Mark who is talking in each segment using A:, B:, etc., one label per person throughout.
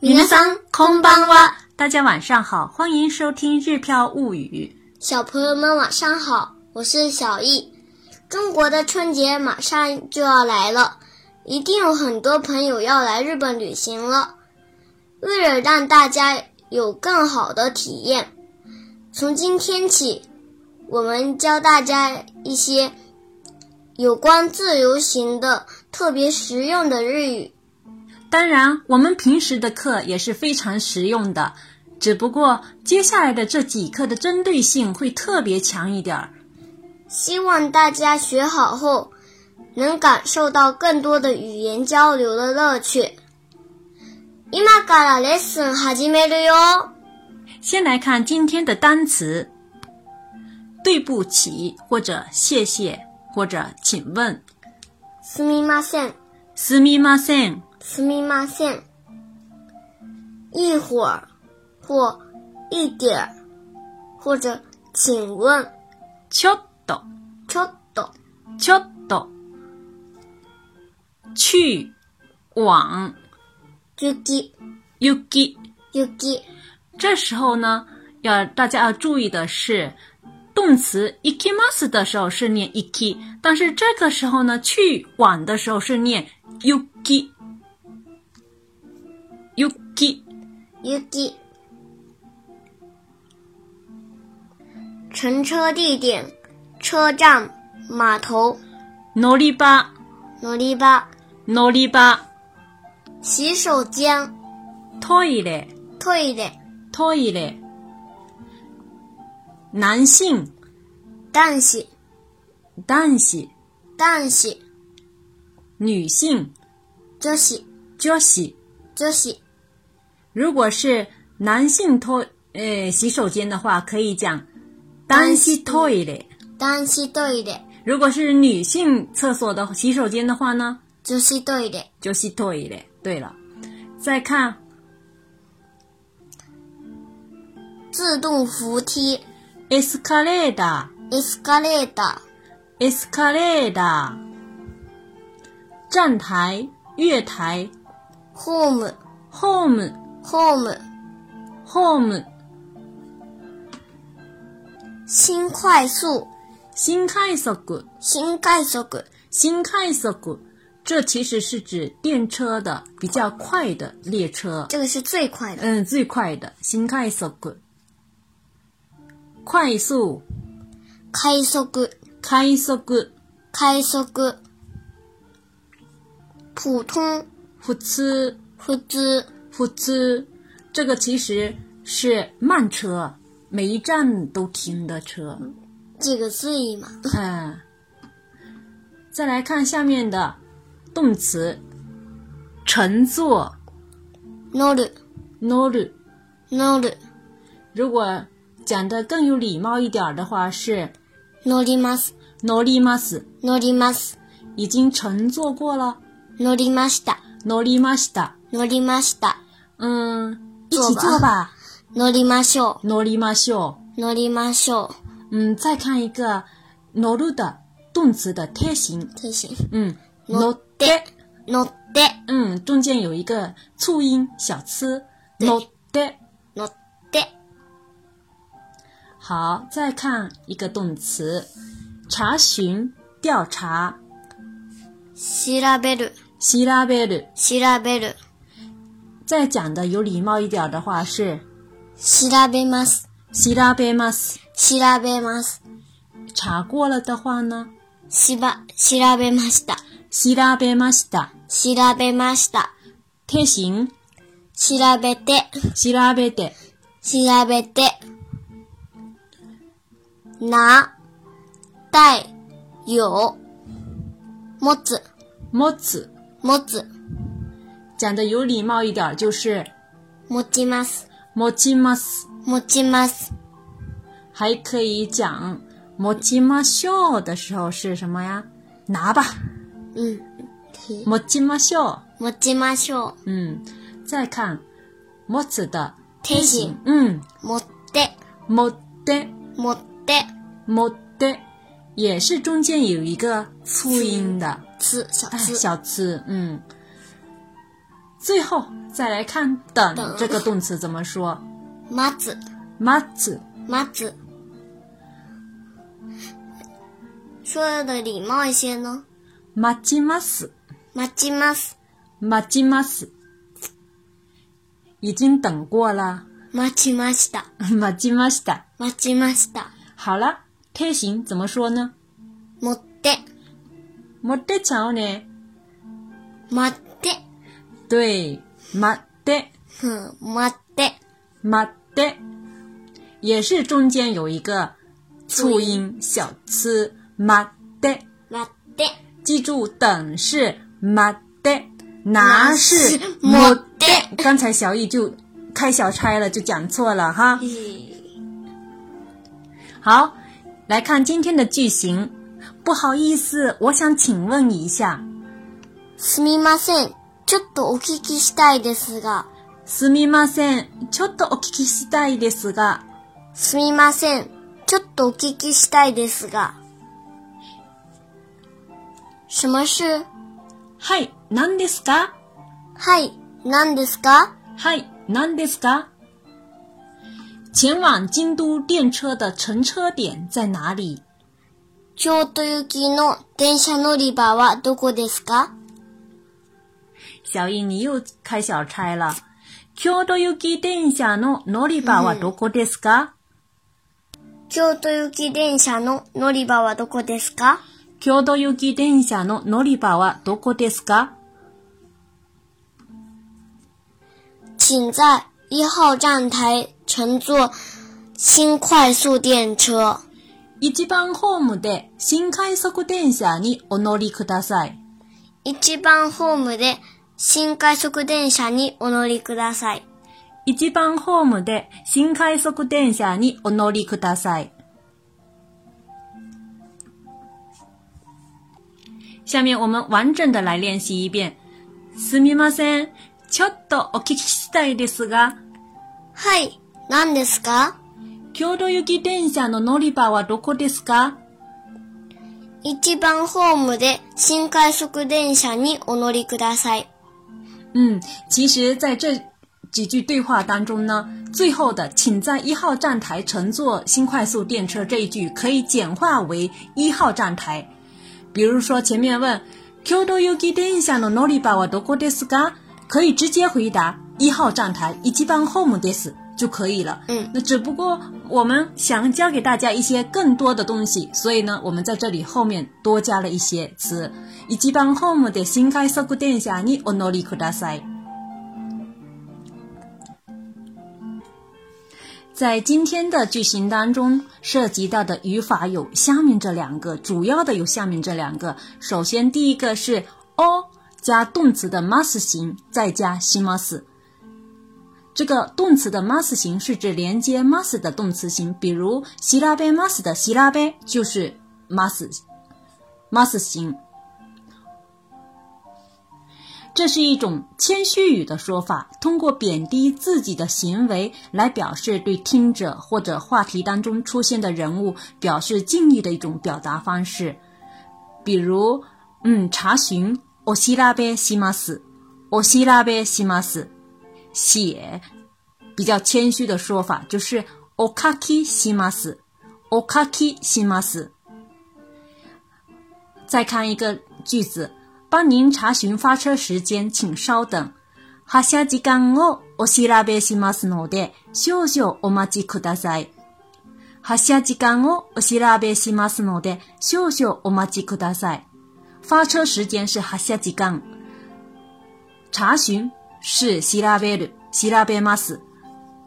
A: 皆さんこんばんは。
B: 大家晚上好，欢迎收听《日飘物语》。
A: 小朋友们晚上好，我是小易。中国的春节马上就要来了，一定有很多朋友要来日本旅行了。为了让大家有更好的体验，从今天起，我们教大家一些有关自由行的特别实用的日语。
B: 当然，我们平时的课也是非常实用的，只不过接下来的这几课的针对性会特别强一点儿。
A: 希望大家学好后，能感受到更多的语言交流的乐趣。今からレッスン始めるよ。
B: 先来看今天的单词：对不起，或者谢谢，或者请问。
A: すみません。
B: すみません。
A: すみません。一会儿，或一点儿，或者请问，
B: ちょっと、
A: ちょっと、
B: ちょっと。去、往、
A: 雪、
B: 行き。
A: 雪。
B: 这时候呢，要大家要注意的是，动词 ikimas 的时候是念 iki，但是这个时候呢，去往的时候是念 yuki。yuki
A: 雪。乘车地点：车站、码头、
B: 乗り場
A: 乗り場、
B: 乗り場
A: 洗手间、
B: トイレ
A: トイレ、
B: トイレ男性
A: 男子、
B: 男子
A: 男子、
B: 女性
A: 女子、
B: 女子
A: 女子、
B: 如果是男性拖呃洗手间的话，可以讲男子トイレ。
A: 男子トイレ、
B: 如果是女性厕所的洗手间的话呢，
A: 女子トイレ、
B: 就是トイレ。对了，再看
A: 自动扶梯、
B: エスカレータ
A: エスカレータ
B: ー、エスカレーター、站台、月台、
A: ー、ホーム、
B: ホーム、
A: ホーム、
B: ホーム、
A: 新快速、
B: 新快速、
A: 新快速、
B: 新快速，这其实是指电车的比较快的列车。
A: 这个是最快的。
B: 嗯，最快的新快速，快速
A: 快速、
B: 快速，
A: 快速。普通、
B: 普通
A: 普通、
B: 普通，这个其实是慢车，每一站都停的车。
A: 这个字义嘛。
B: 嗯，再来看下面的动词，乘坐
A: 乗る、
B: 乗る。
A: 乗る、
B: 如果讲的更有礼貌一点儿的话是
A: 乗ります、
B: 乗ります，
A: 乗ります、
B: 已经乘坐过了。
A: 乗りました、
B: 乗りました。
A: 乗りました、
B: 嗯，一
A: 坐
B: 起
A: 吧
B: 坐吧。
A: 乗りましょ
B: 乗りましょ
A: う、乗りましょ
B: う。嗯，再看一个乗る的动词的贴形
A: う。。停止。
B: 嗯，
A: 乗
B: 乗
A: っ
B: ってて，
A: 乗って、
B: 嗯，中间有一个促音小呲，
A: 对
B: 乗って。
A: 乗って、
B: 好，再看一个动词，查询、调查、
A: 調べる、
B: 調べる。
A: 調べる、
B: 再讲的有礼貌一点的话是
A: 調べます、
B: 調べます。
A: 調べます、
B: 查过了的话呢，
A: しば、調べました、
B: 調べました。
A: 調べました、
B: 贴形、
A: 調べて、
B: 調べて、
A: 調べて、な、だい、よ、持つ、
B: 持つ。
A: 持つ、
B: 讲的有礼貌一点就是
A: 持ちます、
B: 持ちます，
A: 持ちます、
B: 还可以讲持ちましょう的时候是什么呀？拿吧，
A: うん、
B: 持ちましょう。
A: 持ちましょ
B: 嗯，再看持つ的
A: 贴形，
B: 嗯，
A: う、持って、
B: 持って
A: 持って、
B: 持って也是中间有一个促音的
A: つ、小
B: 哎
A: つ、
B: 小词，嗯。最后再来看等
A: 等
B: 这个动词怎么说。
A: 马子，
B: 马子，
A: 马子。说的礼貌一些呢，
B: 马吉马斯，
A: 马吉马斯，
B: 马吉马斯，已经等过了。
A: 马吉马西达，
B: 马吉马斯的。
A: 马吉马西达。
B: 好了，贴心怎么说呢？
A: 持って、
B: 持ってちゃうね。
A: 待って、
B: 对，待って。
A: 哼待って、
B: 马的，也是中间有一个促音小呲。马的，
A: 待って、
B: 记住等是马的，拿是
A: 持
B: 摩
A: っ
B: 的。
A: て。
B: 刚才小易就开小差了，就讲错了哈。好，来看今天的句型。不好意思，我想请问一下。
A: すみません。ちょっとお聞きしたいですが。
B: すみません、ちょっとお聞きしたいですが。
A: すみません。ちょっとお聞きしたいですが。什么事
B: はい、何ですか？
A: はい、何ですか
B: 嗨，何ですか？前往京都电车的乘车点在哪里？
A: 京都行きの電車乗り場はどこですか
B: 小英，你又开小差了。京都行き電車の乗り場はどこですか？
A: 京都行き電車の乗り場はどこですか
B: 京都行き電車の乗り場はどこですか？
A: 请在一号站台乘坐新快速电车。
B: 一番ホームで新快速電車にお乗りください。
A: 1番ホームで新快速電車にお乗りください。
B: 一番ホームで新快速電車にお乗りください。下面我们完整的来练习一遍。すみません。ちょっとお聞きしたいですが、
A: はい、何ですか
B: 京都行き電車の乗り場はどこですか
A: 1番ホームで新快速電車にお乗りください。
B: 嗯，其实在这几句对话当中呢，最后的“请在一号站台乘坐新快速电车”这一句可以简化为“一号站台”。比如说前面问“京都行き電車の乗り場はどこですか”，可以直接回答“一号站台一番ホームです”就可以了。
A: 嗯，
B: 那只不过我们想教给大家一些更多的东西，所以呢，我们在这里后面多加了一些词。一番ホームで新快速電車にお乗りください。在今天的句型当中，涉及到的语法有下面这两个，主要的有下面这两个。首先，第一个是 o 加动词的 mas 形，再加 s m a s 这个动词的 mas 形是指连接 mas 的动词形，比如調べます的調べ就是 mas mas 形。这是一种谦虚语的说法，通过贬低自己的行为来表示对听者或者话题当中出现的人物表示敬意的一种表达方式。比如，嗯，查询お調べします，お調べします，写比较谦虚的说法就是お書きします，お書きします。再看一个句子，帮您查询发车时间，请稍等。発車時間をお調べしますので、少々お待ちください。発車時間をお調べしますので、少々お待ちください。发车时间是発車時間。查询是調べる、調べます。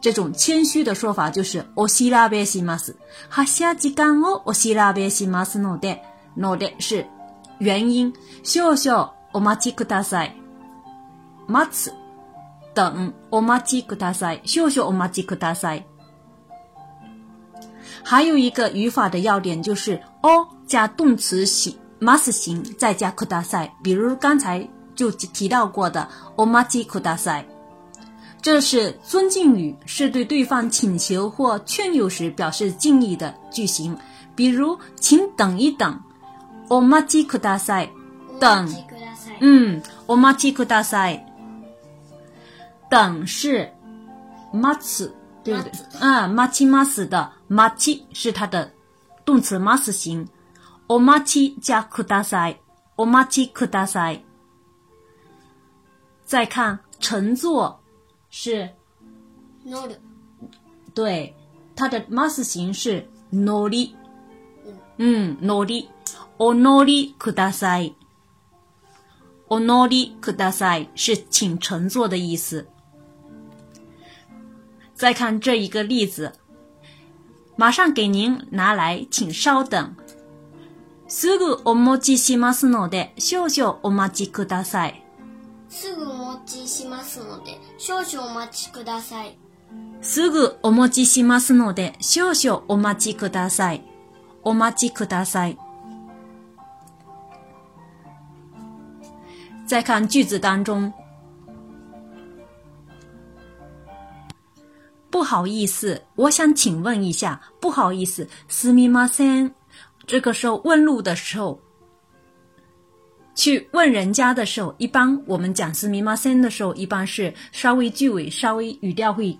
B: 这种谦虚的说法就是お調べします。発車時間をお調べしますので、ので是元音，少々お待ちください。待つ等お待ちください，少々お待ちください。还有一个语法的要点就是哦加动词形 must 形再加ください，比如刚才就提到过的お待ちください。这是尊敬语，是对对方请求或劝诱时表示敬意的句型。比如，请等一等，お待ちください。等，嗯，お待ちください。等是待つ，对不
A: 待
B: 对
A: つ？
B: 嗯，待ちます的待ち是它的动词ます形。お待ち加ください。お待ちください。再看乘坐是
A: 乗る。
B: 对，它的 mas 形是乗り，嗯，乗り，お乗りください。お乗りください是请乘坐的意思。再看这一个例子，马上给您拿来，请稍等。すぐお持ちしますので、少々お待ちください。
A: すぐお持ちしますので、少々お待ちください。
B: すぐお持ちしますので、少々お待ちください。お待ちください。再看句子当中，不好意思，我想请问一下，不好意思，すみません。这个时候问路的时候，去问人家的时候，一般我们讲すみません的时候，一般是稍微句尾稍微语调会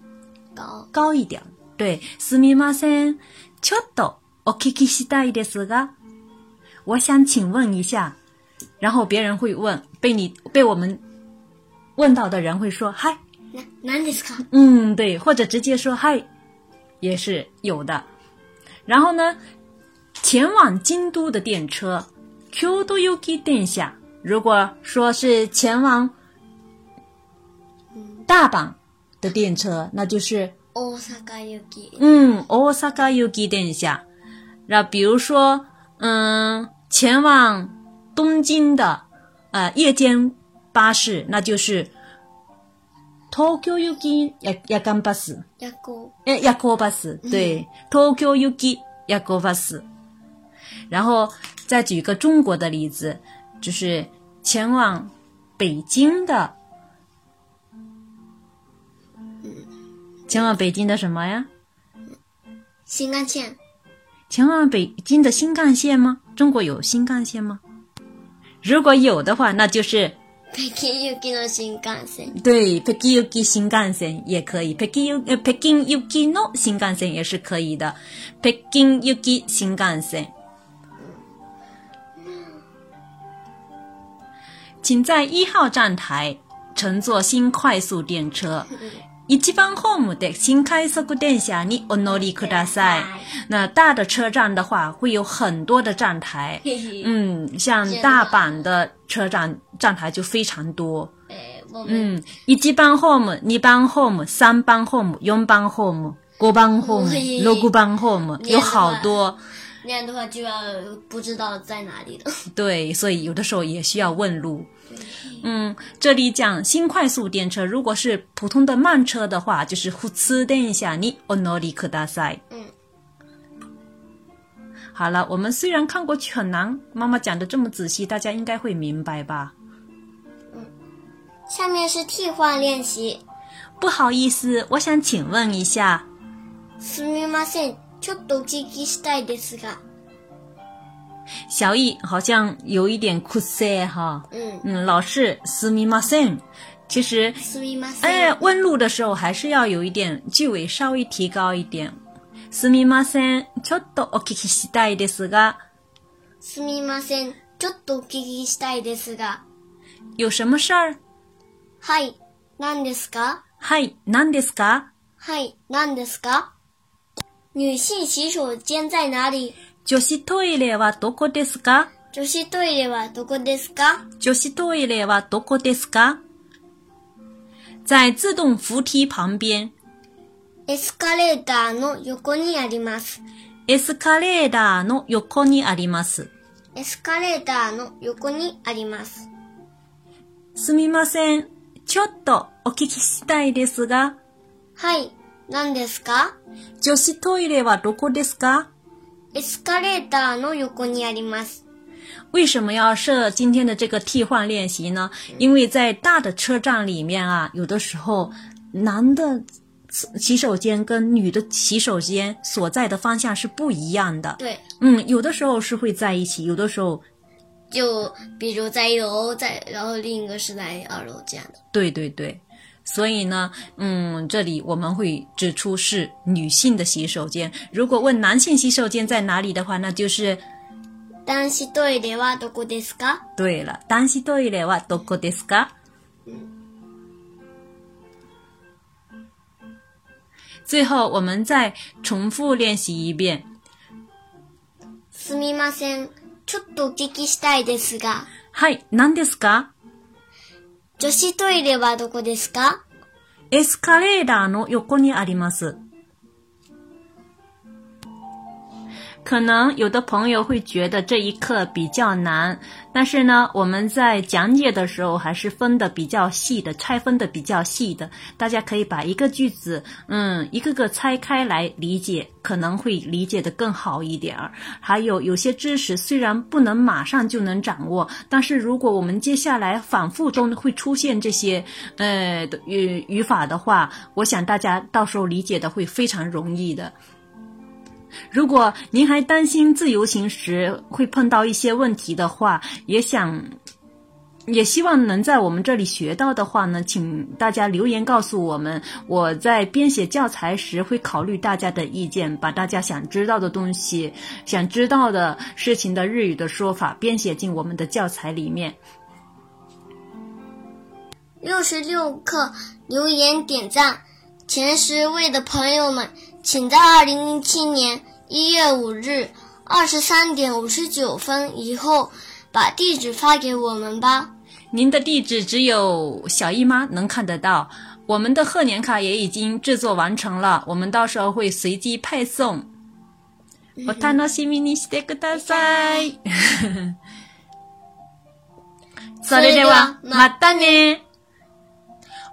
A: 高
B: 高一点。对，すみません。ちょっとお聞きしたいですが、我想请问一下。然后别人会问，被你被我们问到的人会说嗨，
A: な、何ですか
B: 嗯，对，或者直接说嗨，也是有的。然后呢，前往京都的电车京都 u k i 电下，如果说是前往大阪的电车，那就是
A: 大阪行き。
B: 嗯，大阪有几点下？那比如说，嗯，前往东京的呃夜间巴士，那就是 Tokyo Yuki 夜夜间巴士，
A: 夜行。
B: 哎，夜行巴士，对、t o k y o Yuki 夜行巴士。然后再举一个中国的例子，就是前往北京的，前往北京的什么呀？
A: 新幹線。
B: 前往北京的新干线吗？中国有新干线吗？如果有的话，那就是
A: 北京行きの新幹線。
B: 对北京 u k 新干线也可以，北京 u 呃北京 u k の新干线也是可以的，北京 u k 新干线。请在一号站台乘坐新快速电车。一番ホームで新快速电車にお乗りください。那大的车站的话，会有很多的站台。嗯，像大阪的车站站台就非常多。
A: えー、ごめん。
B: 嗯，一番 home、二番 home、三番 home、四番 home、五番 home、
A: 喂
B: 六番 home
A: 你也
B: 有好多。
A: 那样的话就要不知道在哪里了。
B: 对，所以有的时候也需要问路。嗯，这里讲新快速电车，如果是普通的慢车的话，就是普通电下你お乗りください。
A: 嗯，
B: 好了，我们虽然看过去很难，妈妈讲的这么仔细，大家应该会明白吧？
A: 下面是替换练习。
B: 不好意思，我想请问一下，
A: すみません。ちょっとお聞きしたいですが。
B: 小易好像有一点苦涩哈，
A: 嗯，
B: 嗯，老是すみません。其实，
A: すみません。
B: 哎，问路的时候还是要有一点句尾稍微提高一点。すみません、ちょっとお聞きしたいですが、
A: すみません。ちょっとお聞きしたいですが。
B: 有什么事儿？
A: はい。何ですか
B: はい、何ですか？
A: はい。何ですか女性洗手间在哪里
B: 女子トイレはどこですか？
A: 女子トイレはどこですか
B: 女子トイレはどこですか？在自动扶梯旁边，
A: エスカレーターの横にあります。
B: エスカレーターの横にあります。
A: エスカレーターの横にあります。
B: すみません、ちょっとお聞きしたいですが、
A: はい。何ですか
B: 女子トイレはどこですか？
A: エスカレーターの横にあります。
B: 为什么要设今天的这个替换练习呢？因为在大的车站里面啊，有的时候男的洗手间跟女的洗手间所在的方向是不一样的。
A: 对。
B: 嗯，有的时候是会在一起，有的时候，
A: 就比如在一楼，在然后另一个是在二楼这样的。
B: 对对对，所以呢，嗯，这里我们会指出是女性的洗手间。如果问男性洗手间在哪里的话，那就是
A: 男子トイレはどこですか？
B: 对了。男子トイレはどこですか？最后，我们再重复练习一遍。
A: すみません。ちょっとお聞きしたいですが、
B: はい、何ですか
A: 女子トイレはどこですか？
B: エスカレーターの横にあります。可能有的朋友会觉得这一课比较难，但是呢，我们在讲解的时候还是分的比较细的，拆分的比较细的。大家可以把一个句子，嗯，一个个拆开来理解，可能会理解的更好一点儿。还有有些知识虽然不能马上就能掌握，但是如果我们接下来反复中会出现这些呃的语语法的话，我想大家到时候理解的会非常容易的。如果您还担心自由行时会碰到一些问题的话，也想。也希望能在我们这里学到的话呢，请大家留言告诉我们。我在编写教材时会考虑大家的意见，把大家想知道的东西、想知道的事情的日语的说法编写进我们的教材里面。
A: 六十六课留言点赞前十位的朋友们，请在二零零七年一月五日二十三点五十九分以后把地址发给我们吧。
B: 您的地址只有小姨妈能看得到。我们的贺年卡也已经制作完成了，我们到时候会随机派送。お楽しみにしてくださ い。それでは、またね。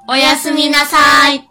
B: おやすみなさい。